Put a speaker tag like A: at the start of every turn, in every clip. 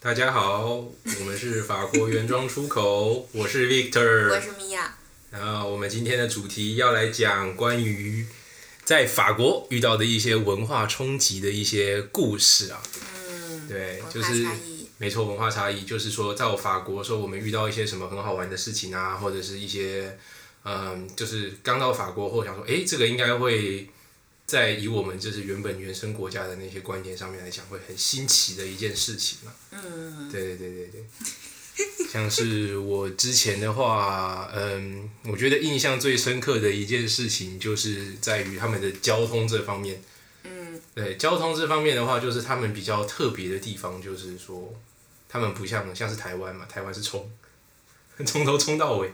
A: 大家好，我们是法国原装出口，我是 Victor，
B: 我是啊米娅。
A: 然后我们今天的主题要来讲关于在法国遇到的一些文化冲击的一些故事啊。
B: 嗯，
A: 对
B: 文，化
A: 就是
B: 差异
A: 没错，文化差异就是说，在我法国的时候，我们遇到一些什么很好玩的事情啊，或者是一些嗯，就是刚到法国后想说，诶，这个应该会在以我们就是原本原生国家的那些观点上面来讲，会很新奇的一件事情啊。
B: 嗯，
A: 对对对对对，像是我之前的话，嗯，我觉得印象最深刻的一件事情，就是在于他们的交通这方面。
B: 嗯，
A: 对交通这方面的话，就是他们比较特别的地方，就是说他们不像像是台湾嘛，台湾是冲， 从头冲到尾，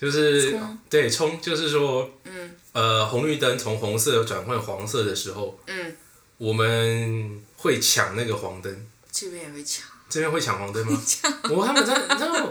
A: 就是
B: 冲
A: 对冲，就是说，
B: 嗯，
A: 呃，红绿灯从红色转换黄色的时候，
B: 嗯，
A: 我们会抢那个黄灯。
B: 这边也会抢。
A: 这边会抢黄灯吗？我他们在，你知道，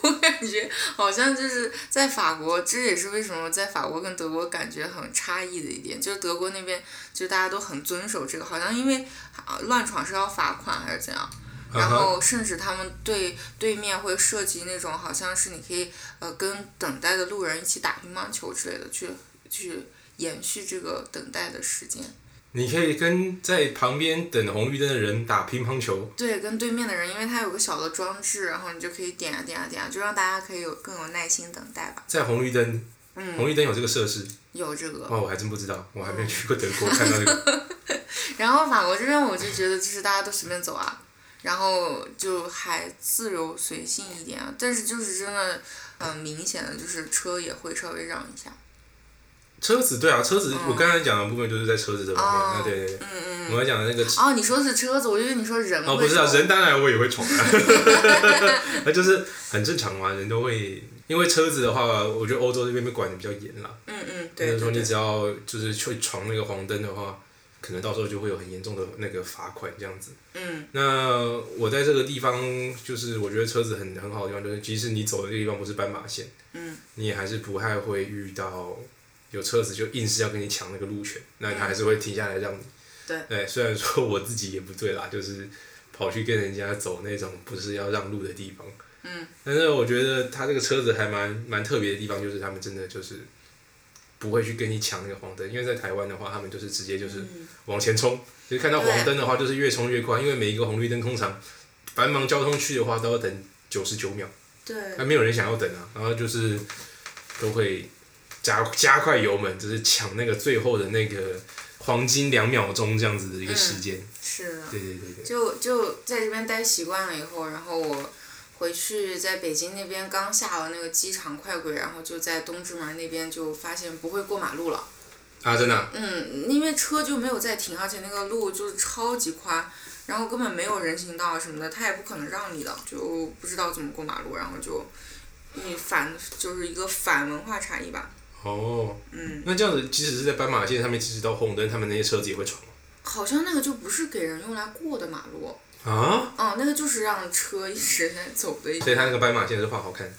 B: 我感觉好像就是在法国，这也是为什么在法国跟德国感觉很差异的一点，就是德国那边就大家都很遵守这个，好像因为啊乱闯是要罚款还是怎样。
A: 嗯
B: 然后甚至他们对对面会涉及那种好像是你可以呃跟等待的路人一起打乒乓球之类的，去去延续这个等待的时间。
A: 你可以跟在旁边等红绿灯的人打乒乓球，
B: 对，跟对面的人，因为它有个小的装置，然后你就可以点呀、点呀、点呀、就让大家可以有更有耐心等待吧。
A: 在红绿灯，红
B: 嗯，哦
A: 绿灯有这个设施，
B: 有这个。
A: 哇，我还真不知道，我还没有去过德国看到这 个，
B: 然后法国这边我就觉得就是大家都随便走啊，然后就还自由随性一点啊，但是就是真的，嗯、明显的就是车也会稍微让一下。
A: 车子对啊，车子
B: 嗯
A: 我刚才讲的部分就是在车子这方面，
B: 哦
A: 啊，对对对，
B: 嗯嗯。
A: 我要讲的那个
B: 哦，你说的是车子，我以嗯为你说人会
A: 哦，不是啊，
B: 走
A: 人当然我也会闯 啊，那就是很正常嘛，人都会，因为车子的话，我觉得欧洲这边被管的比较严啦，
B: 嗯嗯，
A: 就
B: 对
A: 是说
B: 对
A: 你
B: 对。
A: 只要就是去闯那个黄灯的话，可能到时候就会有很严重的那个罚款这样子。
B: 嗯
A: 那我在这个地方，就是我觉得车子很很好的地方，就是即使你走的这个地方不是斑马线，
B: 嗯
A: 你也还是不太会遇到有车子就硬是要跟你抢那个路权，那他还是会停下来让你。
B: 嗯对
A: 对，虽然说我自己也不对啦，就是跑去跟人家走那种不是要让路的地方，
B: 嗯
A: 但是我觉得他这个车子还蛮蛮特别的地方，就是他们真的就是不会去跟你抢那个黄灯，因为在台湾的话，他们就是直接就是
B: 嗯
A: 往前冲，就是看到黄灯的话，就是越冲越快，因为每一个红绿灯通常繁忙交通区的话都要等九十九秒，
B: 对
A: 那没有人想要等啊，然后就是都会加加快油门，就是抢那个最后的那个黄金两秒钟这样子的一个时间。
B: 是的。
A: 对对对对，
B: 就就在这边待习惯了以后，然后我回去在北京那边刚下了那个机场快轨，然后就在东直门那边就发现不会过马路了。
A: 啊，真的啊、
B: 嗯，因为车就没有再停，而且那个路就是超级宽，然后根本没有人行道什么的，他也不可能让你的，就不知道怎么过马路，然后就你反就是一个反文化差异吧。
A: 哦，
B: 嗯，
A: 那这样子，即使是在斑马线上面，即使到红灯，他们那些车子也会闯吗
B: 好像那个就不是给人用来过的马路，
A: 啊，
B: 哦，那个就是让车一直在走的一
A: 所以他那个斑马线是画好看的，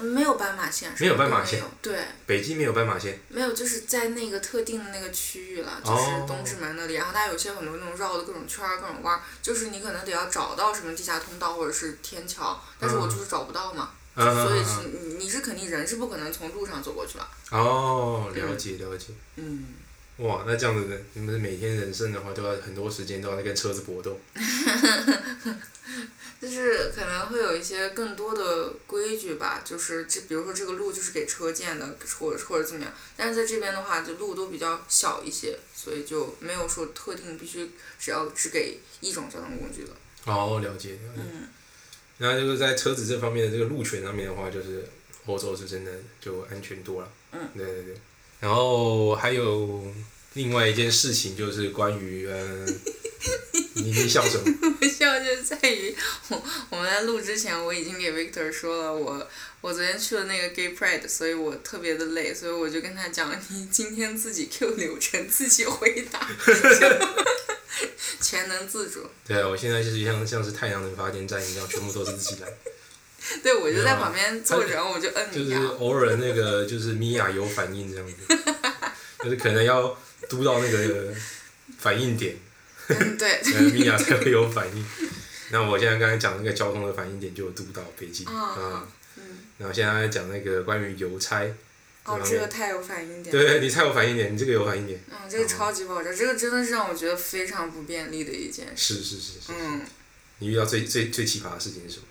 B: 嗯没有斑马线，
A: 没有斑马线
B: 什么都没有，对，
A: 北京没有斑马线，
B: 没有，就是在那个特定的那个区域了，就
A: 哦
B: 是东直门那里。然后它有些很多那种绕的各种圈儿、各种弯儿，就是你可能得要找到什么地下通道或者是天桥，但是我就是找不到嘛，
A: 嗯、啊，
B: 所以是你你是肯定人是不可能从路上走过去了。
A: 哦，了解了解。
B: 嗯，
A: 哇，那这样子的，你们每天人生的话，都要很多时间都要在跟车子搏斗。
B: 就是可能会有一些更多的规矩吧，就是这比如说这个路就是给车建的，或者或者怎么样。但是在这边的话，就路都比较小一些，所以就没有说特定必须只要只给一种交通工具了。
A: 哦，了解了解。
B: 嗯
A: 那就是在车子这方面的这个路权上面的话，就是欧洲是真的就安全多了。
B: 嗯，
A: 对对对。然后还有另外一件事情，就是关于呃，你你笑什么？
B: 不笑就在于我我们在录之前，我已经给 Victor 说了，我我昨天去了那个 Gay Pride，所以我特别的累，所以我就跟他讲，你今天自己 Q 流程，自己回答， 全能自主。
A: 对，啊我现在就是像像是太阳能发电站一样，全部都是自己来。
B: 对，我就在旁边坐着，然后我就摁
A: 啊
B: 啊
A: 就
B: 一
A: 是
B: 下。
A: 偶尔那个就是米娅有反应这样子，就是可能要嘟到那个反应点，
B: 嗯，对，
A: 然后米娅才会有反应。 那我现在刚才讲那个交通的反应点就有读到北极
B: 啊
A: 啊，，然后现在讲那个关于邮差，
B: 嗯哦，这个太有反应点了。
A: 啊对对，你猜有反应点，你这个有反应点，
B: 嗯，这个超级爆炸，这个真的是让我觉得非常不便利的一件事。
A: 是是是是，
B: 嗯
A: 你遇到最最最奇葩的事情是什么？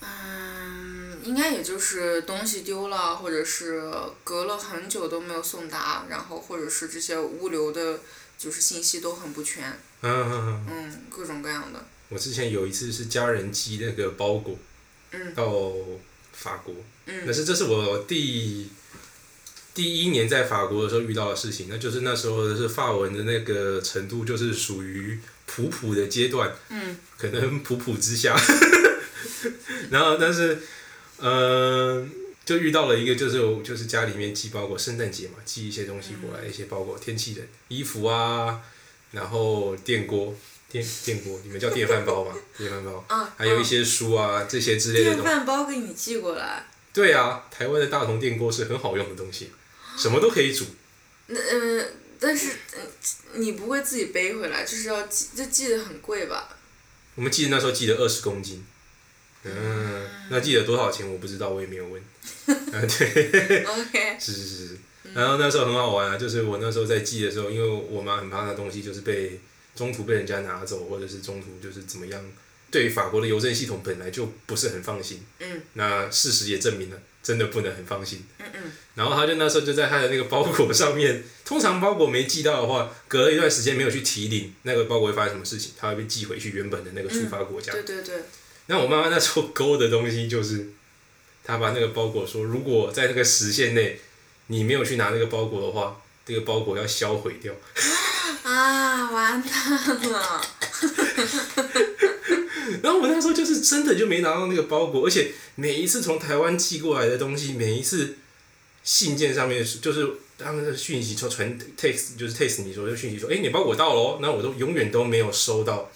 B: 嗯，应该也就是东西丢了，或者是隔了很久都没有送达，然后或者是这些物流的，就是信息都很不全。
A: 嗯、啊，
B: 嗯，各种各样的。
A: 我之前有一次是家人寄那个包裹
B: 嗯
A: 到法国，但
B: 嗯
A: 是这是我第第一年在法国的时候遇到的事情，那就是那时候是法文的那个程度就是属于普普的阶段，
B: 嗯
A: 可能普普之下， 然后但是，呃，就遇到了一个就是我就是家里面寄包裹，圣诞节嘛，寄一些东西过来，一些包裹，天气冷，衣服啊，然后电锅，电电锅，你们叫电饭煲 嘛，电饭煲，
B: 啊，
A: 还有一
B: 嗯
A: 些书啊这些之类的
B: 电
A: 东西。
B: 饭煲给你寄过来。
A: 对啊，台湾的大同电锅是很好用的东西，什么都可以煮。
B: 那呃，但是呃你不会自己背回来，就是要寄，这寄的很贵吧？
A: 我们记得那时候记得二十公斤，
B: 啊
A: 嗯，那记得多少钱我不知道，我也没有问。啊，对。
B: OK，
A: 是是是是，然后那时候很好玩啊，就是我那时候在寄的时候，因为我妈很怕那东西就是被中途被人家拿走，或者是中途就是怎么样，对法国的邮政系统本来就不是很放心。
B: 嗯，
A: 那事实也证明了，真的不能很放心。
B: 嗯嗯，
A: 然后他就那时候就在他的那个包裹上面，通常包裹没寄到的话，隔了一段时间没有去提领，那个包裹会发生什么事情？它会被寄回去原本的那个出发国家。
B: 对对对，
A: 那我妈妈那时候勾的东西就是，她把那个包裹说，如果在那个时限内你没有去拿那个包裹的话，这个包裹要销毁掉。
B: 啊，完蛋了，
A: 然后我那时候就是真的就没拿到那个包裹，而且每一次从台湾寄过来的东西，每一次信件上面就是他们的讯息说传 text 就是 text 你说就讯息说，哎、你包裹到喽，那我都永远都没有收到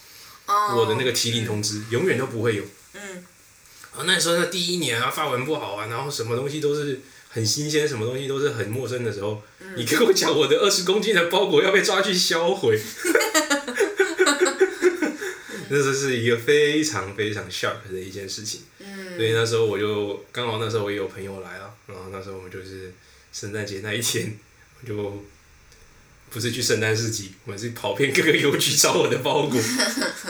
B: 哦，
A: 我的那个提领通知，永远都不会有。
B: 嗯，
A: 啊，那时候那第一年啊，发文不好啊，然后什么东西都是很新鲜，什么东西都是很陌生的时候，你跟我讲我的二十公斤的包裹要被抓去销毁， 那这是一个非常非常 shock 的一件事情。
B: 嗯
A: 所以那时候我就刚好那时候我也有朋友来了，然后那时候我们就是圣诞节那一天，我就不是去圣诞市集，我是跑遍各个邮局找我的包 裹。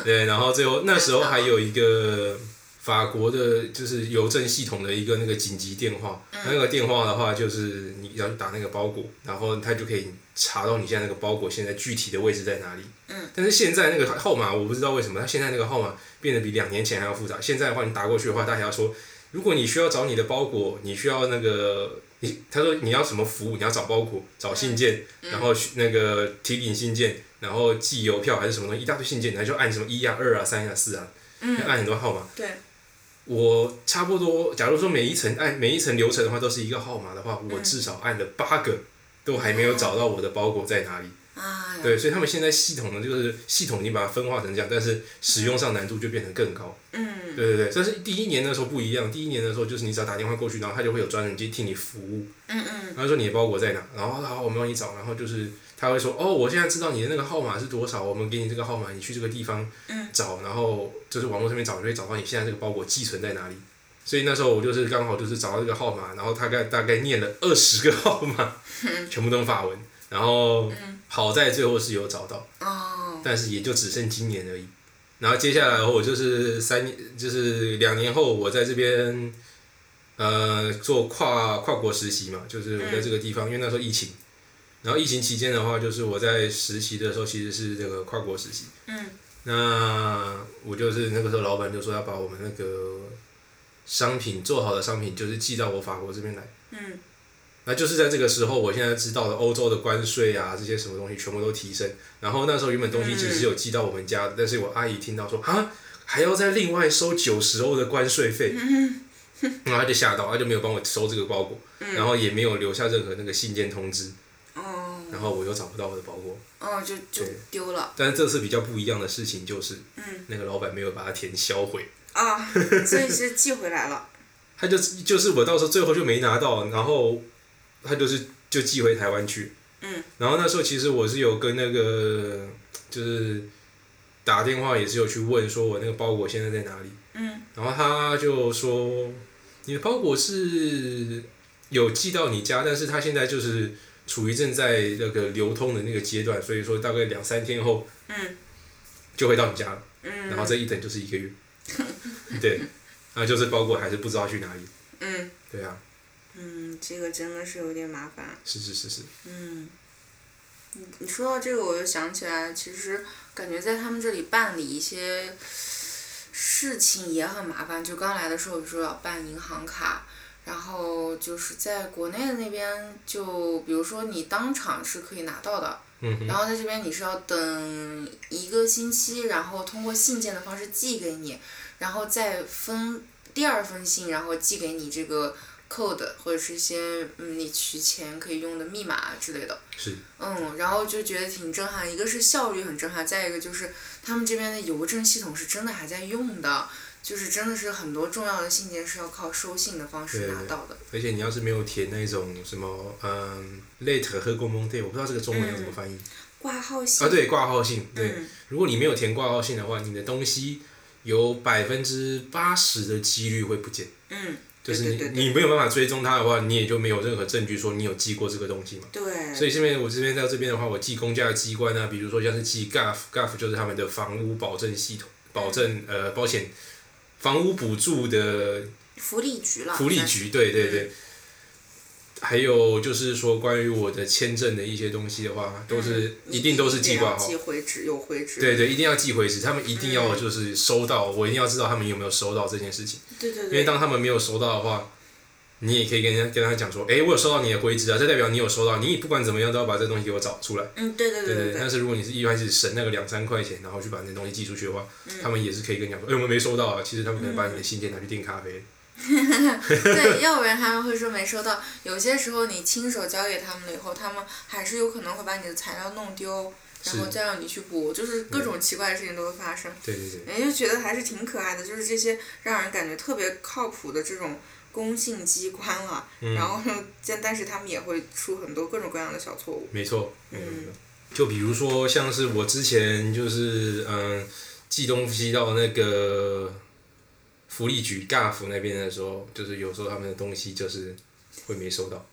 A: 对，然后最后那时候还有一个法国的，就是邮政系统的一个那个紧急电话，
B: 嗯
A: 那个电话的话就是你要打那个包裹，然后它就可以查到你现在那个包裹现在具体的位置在哪里。
B: 嗯。
A: 但是现在那个号码我不知道为什么，它现在那个号码变得比两年前还要复杂。现在的话，你打过去的话，他还要说，如果你需要找你的包裹，你需要那个。你他说你要什么服务？你要找包裹、找信件，然后去那个提领信件，然后寄邮票还是什么东西，一大堆信件，然后就按什么一啊、二啊、三啊、四啊，
B: 嗯
A: 要按很多号码。
B: 对，
A: 我差不多，假如说每一层按每一层流程的话都是一个号码的话，我至少按了八个，都还没有找到我的包裹在哪里。
B: 啊，
A: 对，所以他们现在系统呢，就是系统已经把它分化成这样，但是使用上难度就变得更高。
B: 嗯
A: 对对对，但是第一年的时候不一样，第一年的时候就是你只要打电话过去，然后他就会有专人去替你服务。
B: 嗯嗯，
A: 他说你的包裹在哪？然后好，我们帮你找。然后就是他会说，哦，我现在知道你的那个号码是多少，我们给你这个号码，你去这个地方
B: 嗯
A: 找，然后就是网络上面找，就会找到你现在这个包裹寄存在哪里。所以那时候我就是刚好就是找到这个号码，然后大概大概念了二十个号码，全部都是法文。然后好在最后是有找到，
B: 哦，
A: 但是也就只剩今年而已。然后接下来我就是三年，就是两年后我在这边，呃，做跨跨国实习嘛，就是我在这个地方，因为那时候疫情，然后疫情期间的话，就是我在实习的时候其实是这个跨国实习。
B: 嗯。
A: 那我就是那个时候老板就说要把我们那个商品做好的商品，就是寄到我法国这边来。
B: 嗯
A: 那就是在这个时候，我现在知道的欧洲的关税啊，这些什么东西全部都提升。然后那时候原本东西其实有寄到我们家的，但是我阿姨听到说啊，还要再另外收九十欧的关税 费，然后她就吓到，她就没有帮我收这个包裹，然后也没有留下任何那个信件通知，
B: 哦
A: 然后我又找不到我的包裹。
B: 哦，就就
A: 对
B: 丢了
A: 但是这次比较不一样的事情就是，
B: 嗯
A: 那个老板没有把它填销毁，
B: 啊，所以是寄回来了。
A: 他就就是我到时候最后就没拿到，然后他就是就寄回台湾去。
B: 嗯。
A: 然后那时候其实我是有跟那个就是打电话也是有去问，说我那个包裹现在在哪里。
B: 嗯，
A: 然后他就说，你的包裹是有寄到你家，但是他现在就是处于正在那个流通的那个阶段，所以说大概两三天后，
B: 嗯，
A: 就会到你家了。
B: 嗯，
A: 然后这一等就是一个月， 对，然后就是包裹还是不知道去哪里。
B: 嗯
A: 对啊，
B: 嗯，这个真的是有点麻烦。
A: 是是是是，
B: 嗯，你你说到这个，我就想起来，其实感觉在他们这里办理一些事情也很麻烦。就刚来的时候，比如说要办银行卡，然后就是在国内的那边，就比如说你当场是可以拿到的，
A: 嗯哼，
B: 然后在这边你是要等一个星期，然后通过信件的方式寄给你，然后再分第二封信，然后寄给你这个 code 或者是一些嗯你取钱可以用的密码啊之类的。
A: 是
B: 嗯，然后就觉得挺震撼，一个是效率很震撼，再一个就是他们这边的邮政系统是真的还在用的，就是真的是很多重要的信件是要靠收信的方式
A: 对
B: 拿到的。
A: 而且你要是没有填那种什么，嗯，late 和 g o m o n d a y 我不知道这个中文要怎么翻译、
B: 挂号信
A: 啊？对，挂号信，对，
B: 嗯
A: 如果你没有填挂号信的话，你的东西有百分之八十的几率会不见，
B: 嗯，
A: 就是你
B: 对对对对
A: 你没有办法追踪它的话，你也就没有任何证据说你有寄过这个东西嘛。
B: 对，
A: 所以现在我这边到这边的话，我寄公家的机关啊，比如说像是寄 GAF，GAF 就是他们的房屋保证系统，保证呃保险房屋补助的
B: 福利局了，
A: 福利
B: 算是
A: 局，对对对。还有就是说，关于我的签证的一些东西的话，都是
B: 嗯
A: 一定都是寄挂
B: 一定
A: 号
B: 要寄，回执有回执。
A: 对对，一定要寄回执，他们一定要就是收到，我一定要知道他们有没有收到这件事情，
B: 对对
A: 因为
B: 对，
A: 当他们没有收到的话，你也可以跟人家跟他讲说，哎，我有收到你的回执啊，这代表你有收到，你不管怎么样都要把这东西给我找出来。
B: 嗯，对对
A: 对
B: 对
A: 但
B: 对，
A: 是如果你是一开始省那个两三块钱，然后去把那东西寄出去的话，
B: 嗯
A: 他们也是可以跟你讲说，哎，我们没收到啊，其实他们可能把你的信件拿去订咖啡。
B: 对，要不然他们会说没收到。有些时候你亲手交给他们了以后，他们还是有可能会把你的材料弄丢，然后
A: 是
B: 再让你去补，就是各种奇怪的事情都会发生。
A: 对对对，
B: 哎，就觉得还是挺可爱的，就是这些让人感觉特别靠谱的这种公信机关了。
A: 嗯
B: 然后呢，但但是他们也会出很多各种各样的小错误。
A: 没错，没错
B: 嗯
A: 没错。就比如说，像是我之前就是嗯寄东西到那个福利局 GAF 那边的时候，就是有时候他们的东西就是会没收到。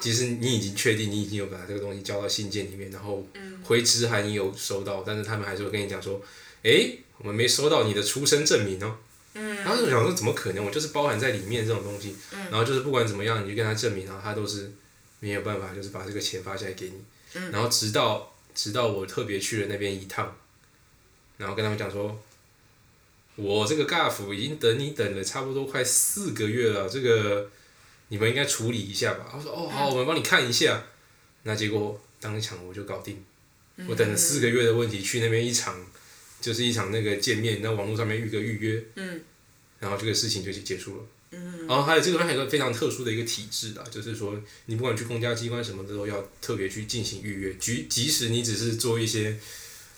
A: 其实你已经确定你已经有把这个东西交到信件里面，然后回执函也有收到，但是他们还是会跟你讲说，诶，我们没收到你的出生证明哦。嗯，然后就想说怎么可能？我就是包含在里面这种东西，然后就是不管怎么样，你就跟他证明，然后他都是没有办法，就是把这个钱发下来给你。然后直到直到我特别去了那边一趟，然后跟他们讲说，我这个 GAF 已经等你等了差不多快四个月了，这个你们应该处理一下吧。他说哦好，我们帮你看一下。那结果当场我就搞定，
B: 嗯
A: 我等了四个月的问题，去那边一场就是一场那个见面，那网络上面预个预约，
B: 嗯，
A: 然后这个事情就结束了。嗯，然后还有这个还有一个非常特殊的一个体制啊，就是说你不管去公家机关什么的，都要特别去进行预约，即即使你只是做一些，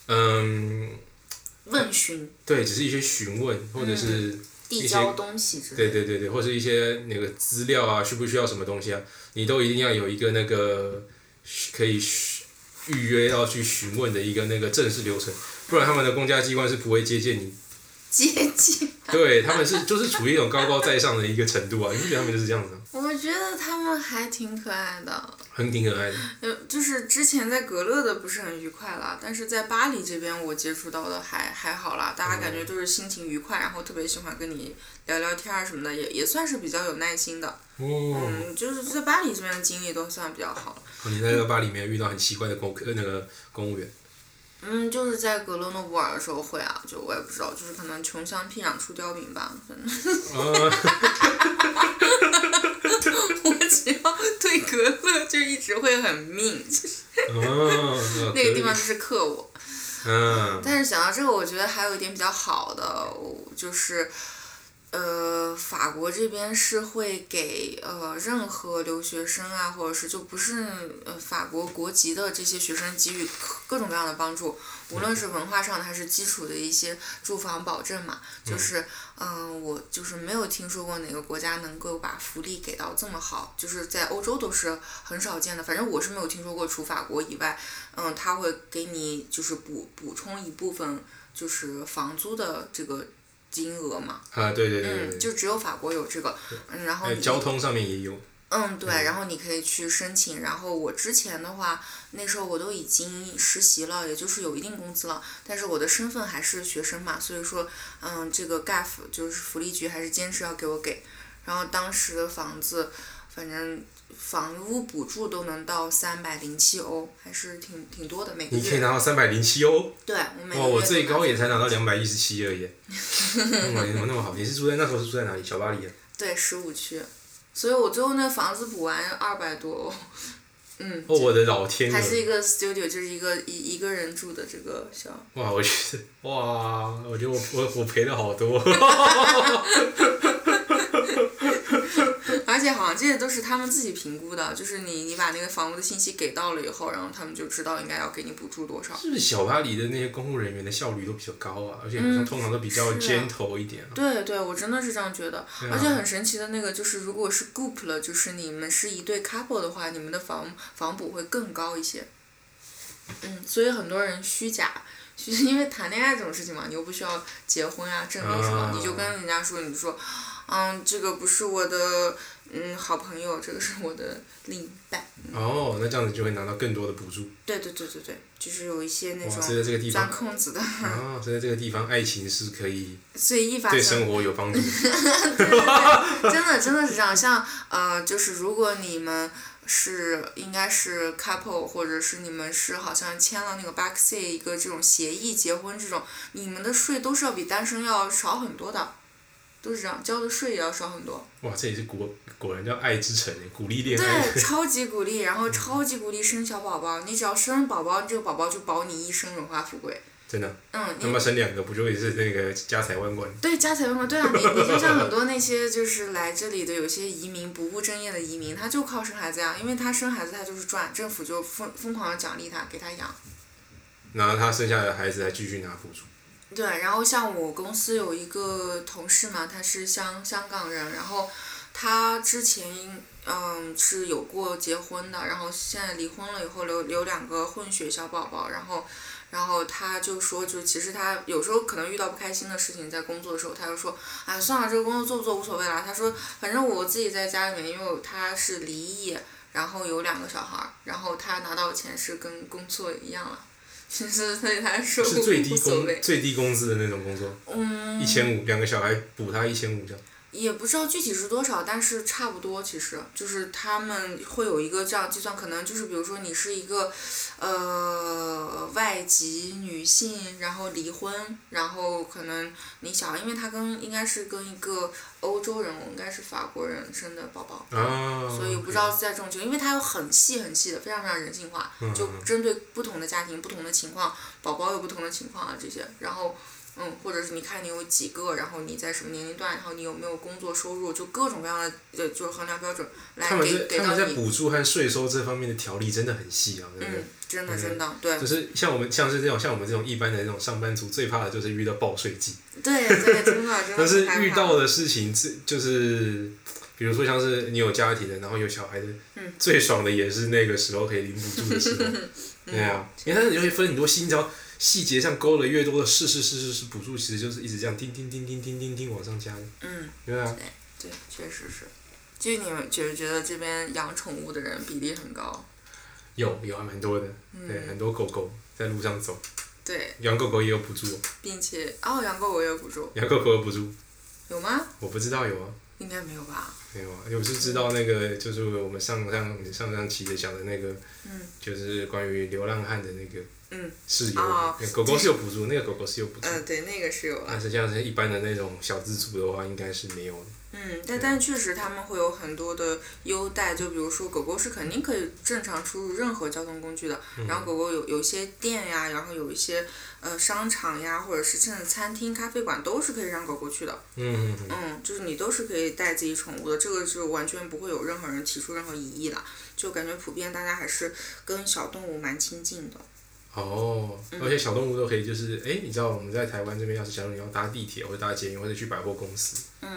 A: 嗯，
B: 问询、
A: 对，只是一些询问，或者是、
B: 递
A: 些
B: 交东西之类的。
A: 对对对对，或是一些那个资料啊，需不需要什么东西啊，你都一定要有一个那个可以预约要去询问的一个那个正式流程，不然他们的公家机关是不会接见你。
B: 接近。
A: 对，他们是就是处于一种高高在上的一个程度啊，你不觉得他们就是这样子、啊，
B: 我觉得他们还挺可爱的，
A: 很挺可爱的。
B: 呃，就是之前在格勒的不是很愉快啦，但是在巴黎这边我接触到的还还好啦，大家感觉都是心情愉快，然后特别喜欢跟你聊聊天儿什么的，也也算是比较有耐心的，
A: 哦，
B: 嗯，就是在巴黎这边的经历都算比较好了，
A: 你在那个巴黎没有遇到很奇怪的公呃那个公务员，
B: 嗯，就是在格勒诺布尔的时候会啊，就我也不知道，就是可能穷乡僻壤出刁民吧， 反正
A: 呃，
B: 我只要对格勒就一直会很命，就是
A: 哦，
B: 那个地方就是克我。
A: 嗯，
B: 但是想到这个，我觉得还有一点比较好的，我就是，呃，法国这边是会给呃任何留学生啊，或者是就不是呃法国国籍的这些学生给予各种各样的帮助，无论是文化上的还是基础的一些住房保证嘛，就是嗯、呃我就是没有听说过哪个国家能够把福利给到这么好，就是在欧洲都是很少见的，反正我是没有听说过，除法国以外，嗯，他会给你就是补补充一部分就是房租的这个金额嘛。
A: 啊，对对对对
B: 嗯，
A: 对
B: 就只有法国有这个，嗯然后
A: 还有
B: 你
A: 交通上面也有，
B: 嗯，对，然后你可以去申请。然后我之前的话，那时候我都已经实习了，也就是有一定工资了，但是我的身份还是学生嘛，所以说，嗯，这个 GAF 就是福利局还是坚持要给我给。然后当时的房子，反正房屋补助都能到三百零七欧，还是挺挺多的每个
A: 你可以
B: 月。
A: 拿到三百零七欧，
B: 对，我每个
A: 哦
B: 月
A: 哇，我
B: 都
A: 最
B: 拿
A: 高也才拿到两百一十七 而已。哇，你怎么那么好？你是住在那时候是住在哪里？小巴 黎啊。
B: 对十五区，所以我最后那房子补完二百多 欧，嗯。
A: 哦，我的老天
B: 还
A: 爷！
B: 是一个 studio，就是一个一一个人住的这个小
A: 哇，我觉得，哇，我觉得我我我赔了好多。
B: 而且好像这些都是他们自己评估的，就是你你把那个房屋的信息给到了以后，然后他们就知道应该要给你补助多少。
A: 是不是小巴黎的那些公务人员的效率都比较高啊？而且好像通常都比较
B: 是啊
A: gentle 一点啊。
B: 对对，我真的是这样觉得。
A: 对啊
B: 而且很神奇的那个就是，如果是 group 了，就是你们是一对 couple 的话，你们的房房补会更高一些。嗯，所以很多人虚假，虚 因为谈恋爱这种事情嘛，你又不需要结婚啊、证明什么，
A: 啊
B: 你就跟人家说，你就说，嗯，这个不是我的嗯好朋友，这个是我的另一半。
A: 哦，那这样子就会拿到更多的补助。
B: 对对对对对，就是有一些那
A: 哇，
B: 种
A: 所以在这个地
B: 钻
A: 方，
B: 空子的，
A: 啊，所以在这个地方，爱情是可以
B: 随意发
A: 对
B: 生。
A: 生活有帮助的。
B: 真的真的是这样，像呃，就是如果你们是应该是 couple，或者是你们是好像签了那个 back C 一个这种协议结婚这种，你们的税都是要比单身要少很多的，都是这样，交的税也要少很多。
A: 哇，这也是果果然叫爱之城，欸鼓励恋爱。
B: 对，超级鼓励，
A: 嗯
B: 然后超级鼓励生小宝宝，你只要生宝宝，这个宝宝就保你一生荣华富贵。
A: 真的，
B: 嗯，
A: 那
B: 你
A: 么生两个不就也是那个家财万贯？
B: 对，家财万贯。对啊，你你就像很多那些就是来这里的有些移民不务正业的移民，他就靠生孩子呀，因为他生孩子他就是赚，政府就疯疯狂的奖励他，给他养。
A: 然后他生下来的孩子还继续拿补助。
B: 对，然后像我公司有一个同事嘛，他是香香港人，然后他之前嗯是有过结婚的，然后现在离婚了以后留留两个混血小宝宝，然后然后他就说，就其实他有时候可能遇到不开心的事情，在工作的时候，他就说，哎，算了，这个工作做不做无所谓啦。他说，反正我自己在家里面，因为我他是离异，然后有两个小孩儿，然后他拿到的钱是跟工作一样了。 其实，所以他说
A: 是最低
B: 无所谓
A: 工。最低工资的那种工作，
B: 嗯，
A: 一千五，两个小孩补他一千五这样。
B: 也不知道具体是多少，但是差不多，其实就是他们会有一个这样计算，可能就是比如说你是一个，呃，外籍女性，然后离婚，然后可能你想，因为他跟应该是跟一个欧洲人，我应该是法国人生的宝宝，
A: 啊，
B: 所以不知道在这种情况，因为它有很细很细的，非常非常人性化，
A: 嗯
B: 就针对不同的家庭、不同的情况，宝宝有不同的情况啊这些，然后。嗯，或者是你看你有几个，然后你在什么年龄段，然后你有没有工作收入，就各种各样的呃，就是衡量标准来
A: 他们
B: 给
A: 在
B: 给
A: 他
B: 到
A: 们在
B: 你。
A: 补助和税收这方面的条例真的很细啊，对不对
B: 嗯？，真的
A: 嗯
B: 真的，对
A: 就是像我们像是这种像我们这种一般的那种上班族，最怕的就是遇到报税季。
B: 对对，真 的真的
A: 但是
B: 很害
A: 遇
B: 怕
A: 到的事情，这就是比如说像是你有家庭的，然后有小孩的，
B: 嗯
A: 最爽的也是那个时候可以领补助的时候。对啊，因为它你会分很多细，你只要细节上勾了越多的是是是是是补助，其实就是一直这样叮叮叮叮叮叮叮往上加的。
B: 嗯，
A: 对啊，
B: 对，确实是。就你们觉觉得这边养宠物的人比例很高？
A: 有有还蛮多的，对，
B: 嗯，
A: 很多狗狗在路上走，
B: 对，
A: 养狗狗也有补助，
B: 并且哦，养狗我也有补助，
A: 养狗狗有补助，
B: 有吗？
A: 我不知道有啊。
B: 应该没有吧？
A: 没有啊，我是知道那个，就是我们上上上上期的讲的那个，
B: 嗯
A: 就是关于流浪汉的那个，
B: 嗯，
A: 是有、
B: 哦
A: 狗狗是有补助，那个狗狗是有补助，
B: 嗯，对，那个是有了。
A: 但是像是一般的那种小资族的话，应该是没有的。
B: 嗯，但但确实他们会有很多的优待，就比如说狗狗是肯定可以正常出入任何交通工具的，然后狗狗有有一些店呀，然后有一些呃商场呀，或者是甚至餐厅、咖啡馆都是可以让狗狗去的。
A: 嗯嗯嗯，
B: 嗯，就是你都是可以带自己宠物的，这个是完全不会有任何人提出任何异议的，就感觉普遍大家还是跟小动物蛮亲近的。
A: 哦，
B: 嗯
A: 而且小动物都可以，就是哎、你知道我们在台湾这边，要是假如你要搭地铁或者搭捷运或者去百货公司，
B: 嗯，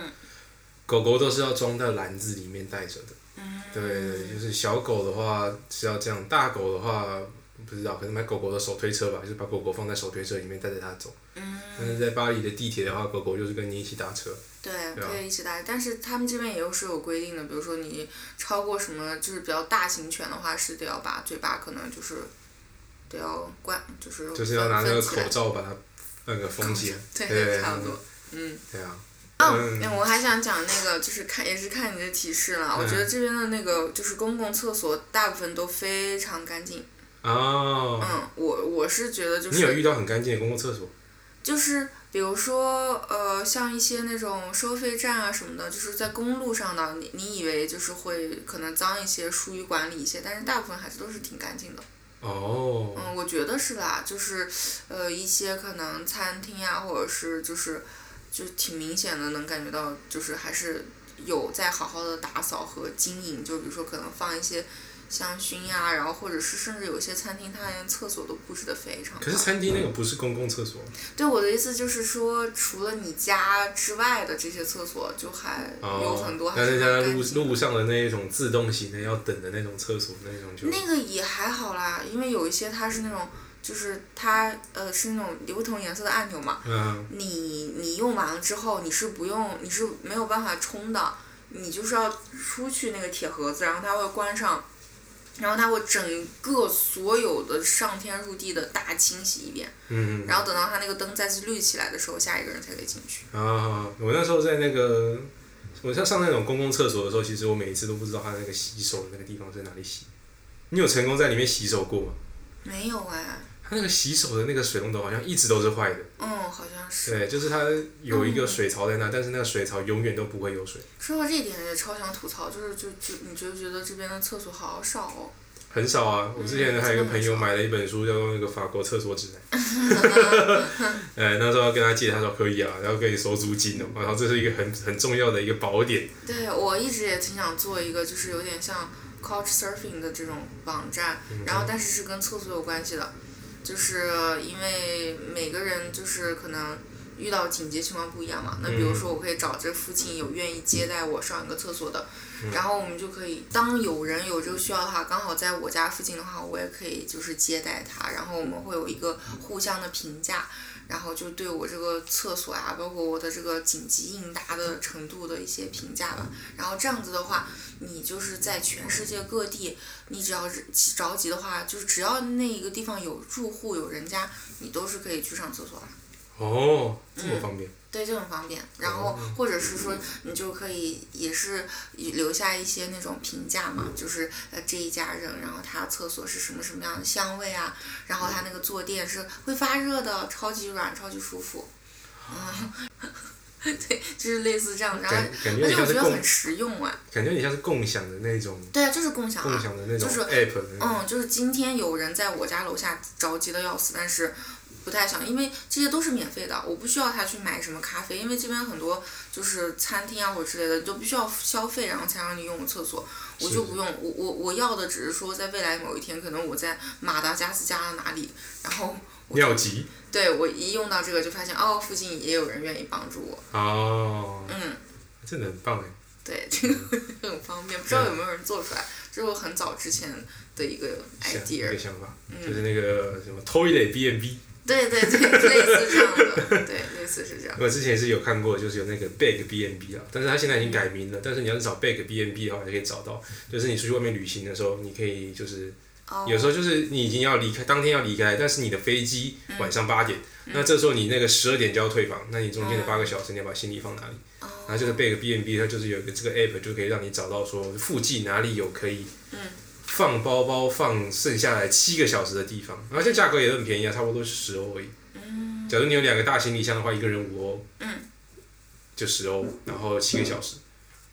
A: 狗狗都是要装到篮子里
B: 嗯
A: 面带着的。对对，就是小狗的话是要这样，大狗的话不知道，可能买狗狗的手推车吧，就是把狗狗放在手推车里面带着它走。嗯。但是在巴黎的地铁的话，狗狗就是跟你一起搭车。
B: 对，
A: 对啊
B: 可以一起搭，但是他们这边也有是有规定的，比如说你超过什么就是比较大型犬的话，是得要把嘴巴可能就是得要关，就是
A: 就是要拿那
B: 分
A: 个
B: 起
A: 口
B: 来
A: 罩把它那个封起来。
B: 对，
A: 对
B: 差不多，嗯。
A: 对啊。
B: 哦，
A: 嗯
B: 那我还想讲那个，就是看也是看你的提示了。我觉
A: 嗯
B: 得这边的那个就是公共厕所，大部分都非常干净。
A: 哦。
B: 嗯，我我是觉得就
A: 你有
B: 是
A: 遇到很干净的公共厕所？
B: 就是比如说呃，像一些那种收费站啊什么的，就是在公路上的，你你以为就是会可能脏一些，疏于管理一些，但是大部分还是都是挺干净的。
A: 哦。
B: 嗯，我觉得是啦，就是呃一些可能餐厅啊，或者是就是就挺明显的能感觉到，就是还是有在好好的打扫和经营，就比如说可能放一些香薰呀、然后或者是甚至有些餐厅它连厕所都布置的非常
A: 可是
B: 好。
A: 餐厅那个不是公共厕所。
B: 对我的意思就是说，除了你家之外的这些厕所，就还有
A: 哦
B: 很多，还
A: 但
B: 是
A: 是
B: 蛮
A: 在
B: 干
A: 路
B: 净的
A: 路上的那一种自动型的要等的那种厕所，那种就
B: 那个也还好啦，因为有一些它是那种，就是它呃是那种不同颜色的按钮嘛，
A: 嗯，
B: 你你用完了之后，你是不用，你是没有办法冲的，你就是要出去那个铁盒子，然后它会关上，然后它会整个所有的上天入地的大清洗一遍，
A: 嗯，
B: 然后等到它那个灯再次绿起来的时候，下一个人才可以进去。
A: 啊，我那时候在那个，我像上那种公共厕所的时候，其实我每一次都不知道他那个洗手的那个地方在哪里洗。你有成功在里面洗手过吗？
B: 没有哎，
A: 他那个洗手的那个水龙头好像一直都是坏的，
B: 嗯，好像是。
A: 对，就是它有
B: 嗯
A: 一个水槽在那，但是那个水槽永远都不会有水，
B: 说到这一点，也超想吐槽，就是就就你觉不觉得这边的厕所好少哦？
A: 很少啊。我之前
B: 嗯
A: 还有一个朋友买了一本书，叫做那个《法国厕所指南》， 呃，那时候要跟他借，他说可以啊，然后可以收租金哦，然后这是一个很很重要的一个宝典。
B: 对我一直也挺想做一个，就是有点像 couch surfing 的这种网站，然后但是是跟厕所有关系的，就是因为每个人就是可能遇到紧急情况不一样嘛。那比如说，我可以找这附近有愿意接待我上一个厕所的，然后我们就可以，当有人有这个需要的话，刚好在我家附近的话，我也可以就是接待他，然后我们会有一个互相的评价。然后就对我这个厕所啊，包括我的这个紧急应答的程度的一些评价吧。然后这样子的话，你就是在全世界各地，你只要是急着急的话，就是只要那一个地方有住户有人家，你都是可以去上厕所的。
A: 哦，这
B: 嗯
A: 么方便。
B: 对，就很方便。然后
A: 哦
B: 或者是说，你就可以也是留下一些那种评价嘛，就是呃这一家人，然后他厕所是什么什么样的香味啊，然后他那个坐垫是会发热的，超级软，超级舒服。嗯， 对，就是类似这样的。然后
A: 感感觉
B: 而
A: 你
B: 且我
A: 像是
B: 觉得
A: 共
B: 很，实用啊。
A: 感觉你像是共享的那种，
B: 对啊，就是共享
A: 共
B: 啊。
A: 享的那种
B: 就是
A: app 的那种。
B: 嗯，就是今天有人在我家楼下着急的要死，但是不太想，因为这些都是免费的，我不需要他去买什么咖啡，因为这边很多就是餐厅啊或者之类的，你都不需要消费，然后才让你用我厕所，我就不用，我我我要的只是说在未来某一天，可能我在马达加斯加哪里，然后我
A: 尿急
B: 对我一用到这个就发现哦，附近也有人愿意帮助我，
A: 哦，
B: 嗯，
A: 真的很棒哎。
B: 对，这个 很方便，不知道有没有人做出来，这是我很早之前的一个
A: 想一个
B: idea。
A: 想法，
B: 嗯
A: 就是那个什么 toilet B N B，
B: 对对对，类似这样的，对，类似是这样。
A: 我之前是有看过，就是有那个 bag B N B 啊，但是它现在已经改名了。但是你要是找 bag B N B 的话，就可以找到。就是你出去外面旅行的时候，你可以就是
B: 哦，
A: 有时候就是你已经要离开，当天要离开，但是你的飞机晚上八点，那这时候你那个十二点就要退房，那你中间的八个小时你要把行李放哪里？
B: 嗯哦
A: 然后就是备个 B N B，它就是有一个这个 app 就可以让你找到说附近哪里有可以
B: 嗯
A: 放包包放剩下来七个小时的地方，而且价格也很便宜啊，差不多是十欧而已。
B: 嗯
A: 假如你有两个大行李箱的话，一个人五欧，就十欧，然后七个小时。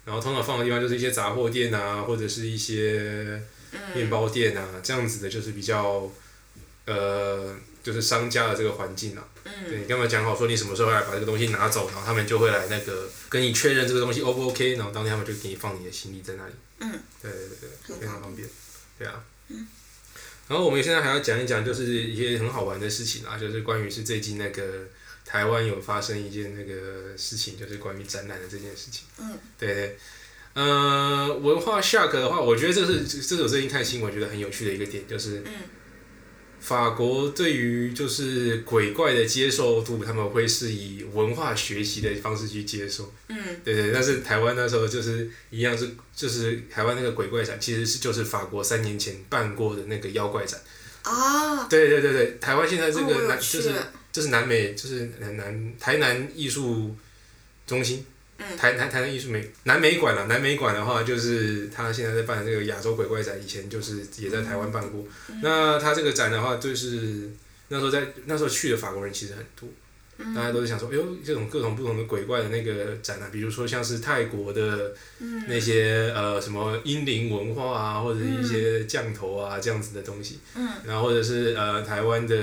A: 然后通常放的地方就是一些杂货店啊，或者是一些
B: 嗯
A: 面包店啊，这样子的，就是比较呃，就是商家的这个环境啊。
B: 嗯
A: 对你刚才讲好说你什么时候来把这个东西拿走，然后他们就会来那个跟你确认这个东西 O 不 OK，然后当天他们就给你放你的行李在那里。
B: 嗯，
A: 对对对，
B: 很
A: 非常
B: 方
A: 方便。对啊。然后我们现在还要讲一讲，就是一些很好玩的事情啊，就是关于是最近那个台湾有发生一件那个事情，就是关于展览的这件事情。
B: 嗯，
A: 对对。呃，文化 shock 的话，我觉得这是这是我最近看新闻觉得很有趣的一个点，就是
B: 嗯
A: 法国对于就是鬼怪的接受度，他们会是以文化学习的方式去接受。
B: 嗯，
A: 对对，但是台湾那时候就是一样是，就是台湾那个鬼怪展，其实是就是法国三年前办过的那个妖怪展。
B: 啊，
A: 对对对对，台湾现在这
B: 哦我
A: 个
B: 有
A: 南、
B: 去
A: 就是就是南美就是南台南艺术中心，
B: 嗯
A: 台台台南艺术美南美馆啊，南美馆的话就是他现在在办这个亚洲鬼怪展，以前就是也在台湾办过。
B: 嗯
A: 那他这个展的话，就是那时候在那时候去的法国人其实很多。
B: 嗯
A: 大家都是想说，哎呦，这种各种不同的鬼怪的那个展啊，比如说像是泰国的
B: 嗯
A: 那些、呃什么阴灵文化啊，或者是一些降头啊、这样子的东西，
B: 嗯，
A: 然后或者是呃台湾的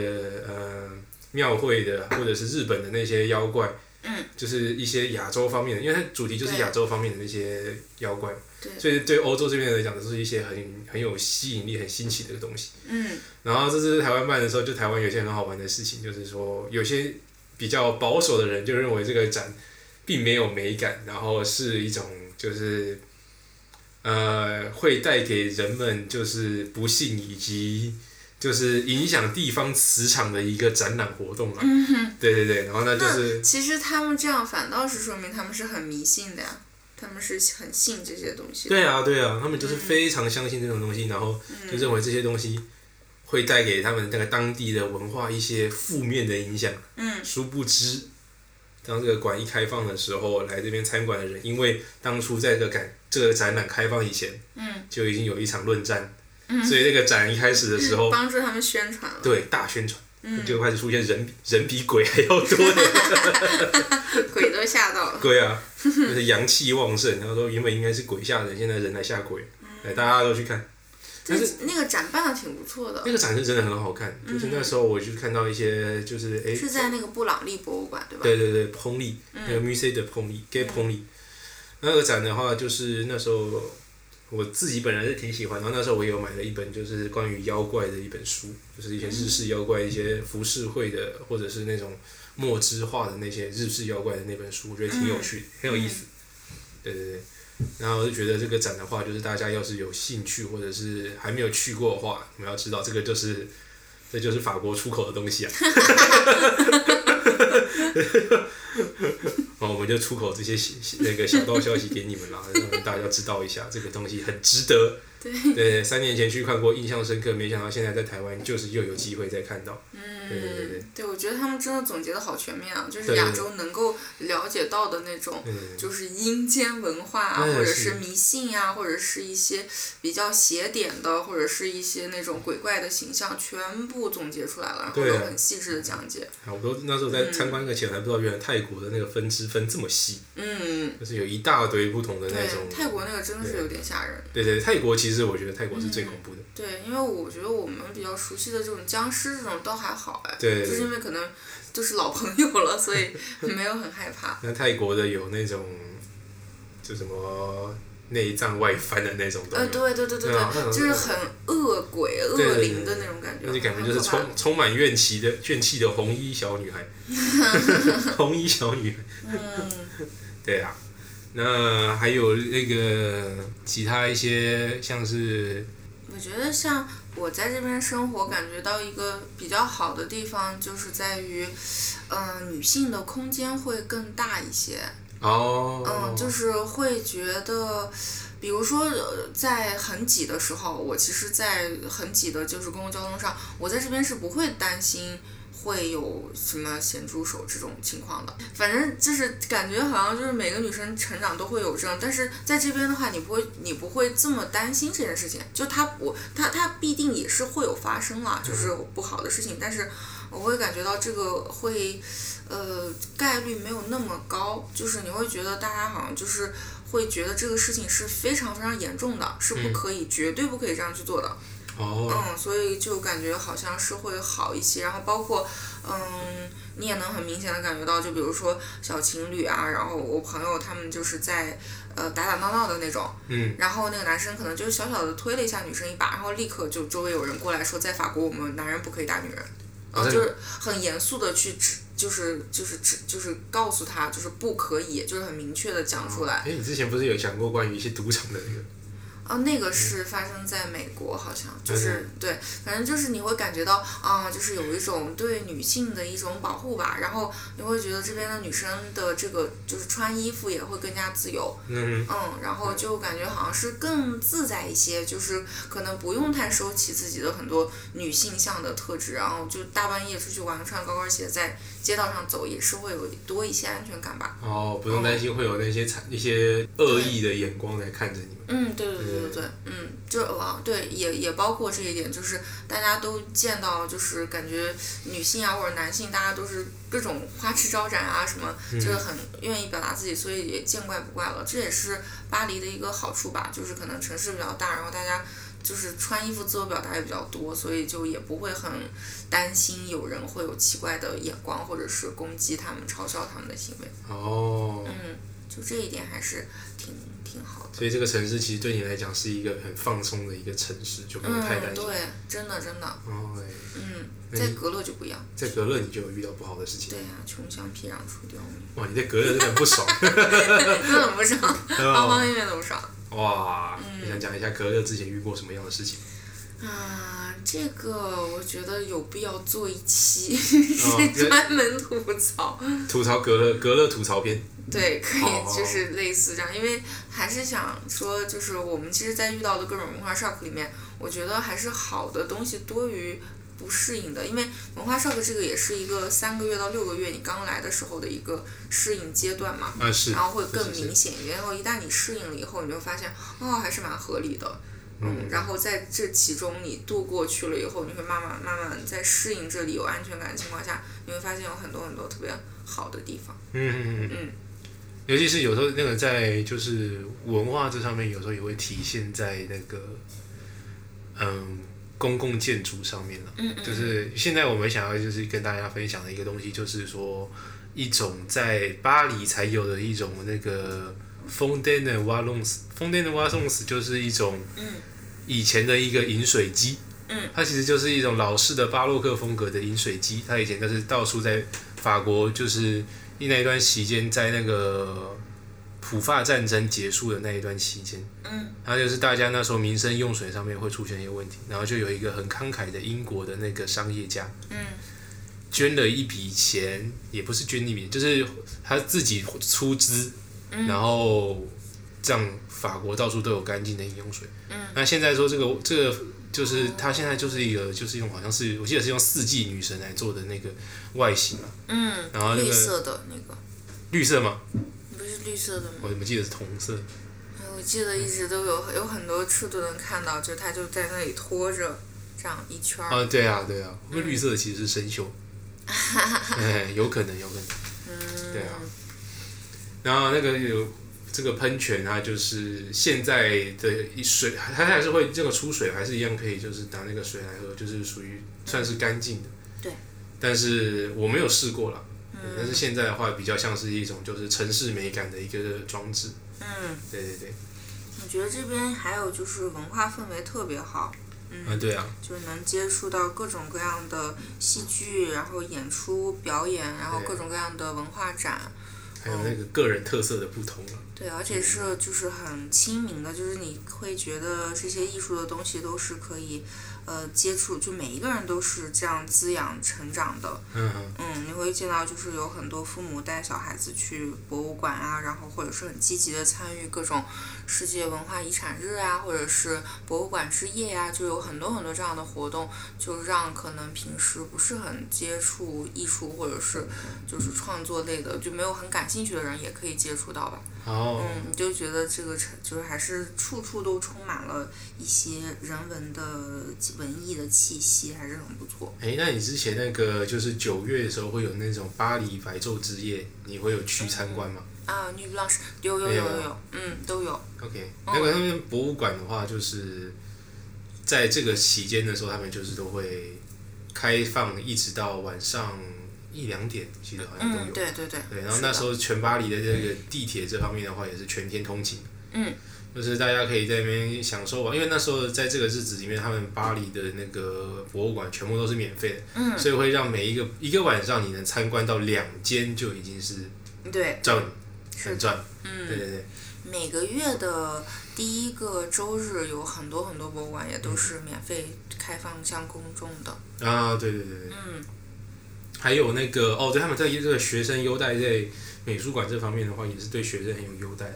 A: 呃庙会的，或者是日本的那些妖怪，
B: 嗯，
A: 就是一些亚洲方面的，因为它主题就是
B: 对
A: 亚洲方面的那些妖怪，
B: 对
A: 所以对欧洲这边来讲，都是一些很很有吸引力、很新奇的东西。
B: 嗯
A: 然后这次台湾办的时候，就台湾有些很好玩的事情，就是说有些比较保守的人就认为这个展并没有美感，然后是一种就是呃会带给人们就是不幸以及就是影响地方磁场的一个展览活动啦。
B: 嗯哼，
A: 对对对，然后呢就是
B: 其实他们这样反倒是说明他们是很迷信的呀，他们是很信这些东西的。嗯
A: 对啊对啊，他们就是非常相信这种东西，然后就认为这些东西会带给他们那个当地的文化一些负面的影响。
B: 嗯
A: 殊不知，当这个馆一开放的时候，来这边参观的人，因为当初在这个展这个展览开放以前，
B: 嗯，
A: 就已经有一场论战，所以这个展一开始的时候，
B: 帮助他们宣传了。
A: 哦对大宣传，
B: 嗯，
A: 就开始出现人比 人比鬼还要多的
B: 鬼都吓 到了。
A: 鬼啊，就是阳气旺盛。然后说原本应该是鬼吓人，现在人来吓鬼，哎，大家都去看。但是
B: 对，那个展办的挺不错的
A: 那，个展是真的很好看，就是那时候我就看到一些就是哎，
B: 是在那个布朗利博物馆对吧？嗯
A: 对对对，彭丽，那个 Musée 的彭丽，Gay 彭丽，那个展的话，就是那时候我自己本来是挺喜欢，然后那时候我也有买了一本，就是关于妖怪的一本书，就是一些日式妖怪、一些浮世绘的，或者是那种墨汁画的那些日式妖怪的那本书，我觉得挺有趣的，
B: 嗯
A: 很有意思。对对对。然后我就觉得这个展的话，就是大家要是有兴趣，或者是还没有去过的话，你们要知道这个就是，这就是法国出口的东西啊。哦，我们就出口这些小那个小道消息给你们啦，让大家知道一下，这个东西很值得。对三年前去看过，印象深刻，没想到现在在台湾就是又有机会再看到。嗯，对对对对
B: 嗯，对，我觉得他们真的总结的好全面啊，就
A: 对
B: 是
A: 对
B: 亚洲能够了解到的那种，
A: 对对对
B: 就是阴间文化啊，
A: 哎
B: 或者
A: 是
B: 是迷信呀、或者是一些比较邪典的，或者是一些那种鬼怪的形象，全部总结出来了，然后
A: 对啊
B: 都很细致的讲解。
A: 啊，我都那时候在参观那个前，我还不知道原来泰国的那个分支分这么细，
B: 嗯，
A: 就是有一大堆不同的那种
B: 对，。泰国那个真的是有点吓人。
A: 对对，泰国其实我觉得泰国是
B: 嗯
A: 最恐怖的。
B: 对，因为我觉得我们比较熟悉的这种僵尸这种倒还好哎，
A: 对对
B: 就是因为可能就是老朋友了，所以没有很害怕。
A: 那泰国的有那种，就什么内脏外翻的那种东
B: 呃，
A: 西，
B: 对对对对
A: 对啊那
B: 对，
A: 种
B: 就是很恶鬼、恶
A: 对对对
B: 灵的那种感觉，
A: 那就感觉就是
B: 很可
A: 充
B: 怕
A: 充满怨气的怨气的红衣小女 孩，红衣小女孩，
B: 嗯，
A: 对啊，那还有那个其他一些像是
B: 我觉得像我在这边生活，感觉到一个比较好的地方，就是在于，嗯、女性的空间会更大一些。
A: 哦，
B: 嗯，就是会觉得，比如说呃在很挤的时候，我其实，在很挤的，就是公共交通上，我在这边是不会担心。会有什么咸猪手这种情况的，反正就是感觉好像就是每个女生成长都会有这样，但是在这边的话，你不会你不会这么担心这件事情，就它不它它必定也是会有发生啦，就是不好的事情，但是我会感觉到这个会呃概率没有那么高，就是你会觉得大家好像就是会觉得这个事情是非常非常严重的，是不
A: 嗯
B: 可以、绝对不可以这样去做的。
A: 哦，
B: 嗯，所以就感觉好像是会好一些，然后包括嗯，你也能很明显的感觉到，就比如说小情侣啊，然后我朋友他们就是在呃打打闹闹的那种，
A: 嗯，
B: 然后那个男生可能就是小小的推了一下女生一把，然后立刻就周围有人过来说，在法国我们男人不可以打女人，
A: 哦真
B: 嗯，
A: 的
B: 就是很严肃的去指，就是就是指就是告诉他就是不可以，就是很明确的讲出来。
A: 哎，你之前不是有讲过关于一些赌场的那个？
B: 哦，那个是发生在美国，好像就是对，反正就是你会感觉到啊、就是有一种对女性的一种保护吧，然后你会觉得这边的女生的这个就是穿衣服也会更加自由，
A: 嗯，
B: 嗯，然后就感觉好像是更自在一些，就是可能不用太收起自己的很多女性向的特质，然后就大半夜出去玩，穿高跟鞋在街道上走，也是会有多一些安全感吧。
A: 哦，不用担心会有那些惨一些恶意的眼光来看着你们。
B: 嗯，对对对对对，嗯，就啊，对，也也包括这一点，就是大家都见到，就是感觉女性啊或者男性，大家都是各种花枝招展啊，什么，就是很愿意表达自己，所以也见怪不怪了。这也是巴黎的一个好处吧，就是可能城市比较大，然后大家就是穿衣服自我表达也比较多，所以就也不会很担心有人会有奇怪的眼光或者是攻击他们、嘲笑他们的行为。
A: 哦，
B: 嗯，就这一点还是挺挺好的。
A: 所以这个城市其实对你来讲是一个很放松的一个城市，就不用太担
B: 嗯，
A: 心。
B: 对，真的真的，
A: 哦，哎
B: 嗯，
A: 那
B: 在
A: 你
B: 格勒就不一样。
A: 在格勒你就有遇到不好的事情
B: 对。呀、穷乡僻壤除刁民，
A: 哇，你在格勒真的很不爽。
B: 那怎么不上？
A: 哦
B: 方方面面都不上。
A: 哇，
B: 嗯
A: 你想讲一下格勒之前遇过什么样的 事情？
B: 啊，这个我觉得有必要做一期，
A: 哦
B: 是 专门吐槽。
A: 吐槽格勒，格勒吐槽篇。
B: 对，可
A: 好
B: 以就是类似这样，因为还是想说，就是我们其实，在遇到的各种文化 shock 里面，我觉得还是好的东西多于不适应的，因为文化 shock 这个也是一个三个月到六个月你刚来的时候的一个适应阶段嘛。
A: 啊，是
B: 然，后会
A: 是
B: 更
A: 是是
B: 明显一点。然后一旦你适应了以后，你就发现哦，还是蛮合理的。嗯，然后在这其中你度过去了以后，你会慢慢慢慢在适应这里有安全感的情况下，你会发现有很多很多特别好的地方。
A: 嗯嗯嗯
B: 嗯。
A: 尤其是有时候那个在就是文化这上面，有时候也会体现在那个嗯公共建筑上面了。
B: 嗯嗯，
A: 就是现在我们想要就是跟大家分享的一个东西，就是说一种在巴黎才有的一种那个 Fontaine de Wallons，Fontaine de Wallons 就是一种
B: 嗯
A: 以前的一个饮水机，
B: 嗯，
A: 它其实就是一种老式的巴洛克风格的饮水机，它以前就是到处在法国，就是那一段期间在那个普法战争结束的那一段期间，
B: 嗯
A: 它就是大家那时候民生用水上面会出现一些问题，然后就有一个很慷慨的英国的那个商业家
B: 嗯
A: 捐了一笔钱，也不是捐一笔，就是他自己出资，
B: 嗯
A: 然后让法国到处都有干净的饮用水。
B: 嗯，
A: 那现在说这个这个就是他现在就是一个就是用好像是我记得是用四季女神来做的那个外形嘛，
B: 嗯，
A: 然后那
B: 绿
A: 个
B: 色的那个
A: 绿色嘛，
B: 不是绿色的吗？
A: 我怎么记得是红色？
B: 哎我记得一直都有有很多次都能看到，就他就在那里拖着这样一圈儿。
A: 啊，对啊，对啊，会不会绿色的其实是生锈？哎，有可能，有可能。
B: 嗯，
A: 对啊然后那个有这个喷泉啊，就是现在的一水，它还是会这个出水，还是一样可以，就是拿那个水来喝，就是属于算是干净的。
B: 对。
A: 但是我没有试过啦，
B: 嗯
A: 但是现在的话，比较像是一种就是城市美感的一个装置。
B: 嗯，
A: 对对对，
B: 我觉得这边还有就是文化氛围特别好。嗯
A: 啊对啊，
B: 就是能接触到各种各样的戏剧，然后演出、表演，然后
A: 对
B: 各种各样的文化展，
A: 还有那个个人特色的不同啊。
B: 对，而且是就是很亲民的，就是你会觉得这些艺术的东西都是可以，呃，接触，就每一个人都是这样滋养成长的，
A: 嗯嗯
B: 嗯，你会见到就是有很多父母带小孩子去博物馆啊，然后或者是很积极的参与各种世界文化遗产日啊，或者是博物馆之夜啊，就有很多很多这样的活动，就让可能平时不是很接触艺术或者是就是创作类的，就没有很感兴趣的人也可以接触到吧。
A: 哦，
B: 嗯，你就觉得这个城就是还是处处都充满了一些人文的文艺的气息，还是很不错。
A: 哎，那你之前那个就是九月的时候会有那种巴黎白昼之夜，你会有去参观吗？
B: 啊，New Blanche 有有
A: 没
B: 有
A: 有
B: 有有，嗯，都有。
A: OK，
B: 嗯
A: 那个他们博物馆的话，就是在这个期间的时候，他们就是都会开放，一直到晚上一两点，记得好像都有。
B: 嗯，对对对。
A: 对，然后那时
B: 候，
A: 候全巴黎的这个地铁这方面的话，也是全天通勤。
B: 嗯，
A: 就是大家可以在那边享受玩，因为那时候在这个日子里面，他们巴黎的那个博物馆全部都是免费的，
B: 嗯，
A: 所以会让每一个一个晚上你能参观到两间就已经是
B: 对，
A: 赚
B: 是
A: 很赚。对
B: 嗯，
A: 对对，
B: 每个月的第一个周日有很多很多博物馆也
A: 嗯
B: 都是免费开放向公众的。
A: 啊，对对对对，
B: 嗯，
A: 还有那个哦，对，他们在这个学生优待在美术馆这方面的话，也是对学生很有优待。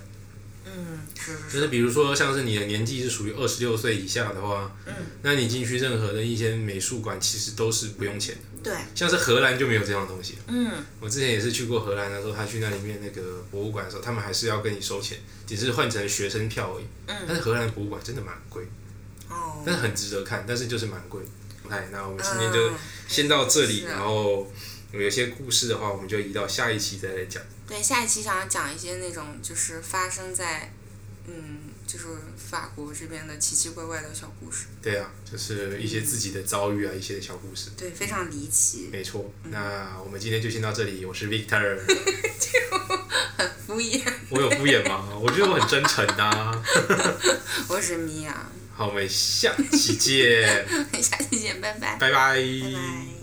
B: 嗯，是是，
A: 就是是比如说，像是你的年纪是属于二十六岁以下的话，
B: 嗯，
A: 那你进去任何的一些美术馆，其实都是不用钱的。
B: 对，
A: 像是荷兰就没有这样的东西。
B: 嗯，
A: 我之前也是去过荷兰的时候，他去那里面那个博物馆的时候，他们还是要跟你收钱，只是换成学生票而已。
B: 嗯
A: 但是荷兰博物馆真的蛮贵，
B: 哦，
A: 但是很值得看，但是就是蛮贵。哎，那我们今天就
B: 嗯
A: 先到这里，
B: 是啊
A: 然后有一些故事的话，我们就移到下一期再来讲。
B: 对，下一期想要讲一些那种就是发生在，嗯，就是法国这边的奇奇怪怪的小故事，
A: 对啊，就是一些自己的遭遇啊，一些小故事。
B: 对，非常离奇，
A: 没错，那我们今天就先到这里。我是 Victor，
B: 敷衍。
A: 我有敷衍吗？我觉得我很真诚啊。
B: 我是米娅，
A: 好，我们下期见，
B: 下期见，拜拜，
A: 拜拜。
B: 拜拜。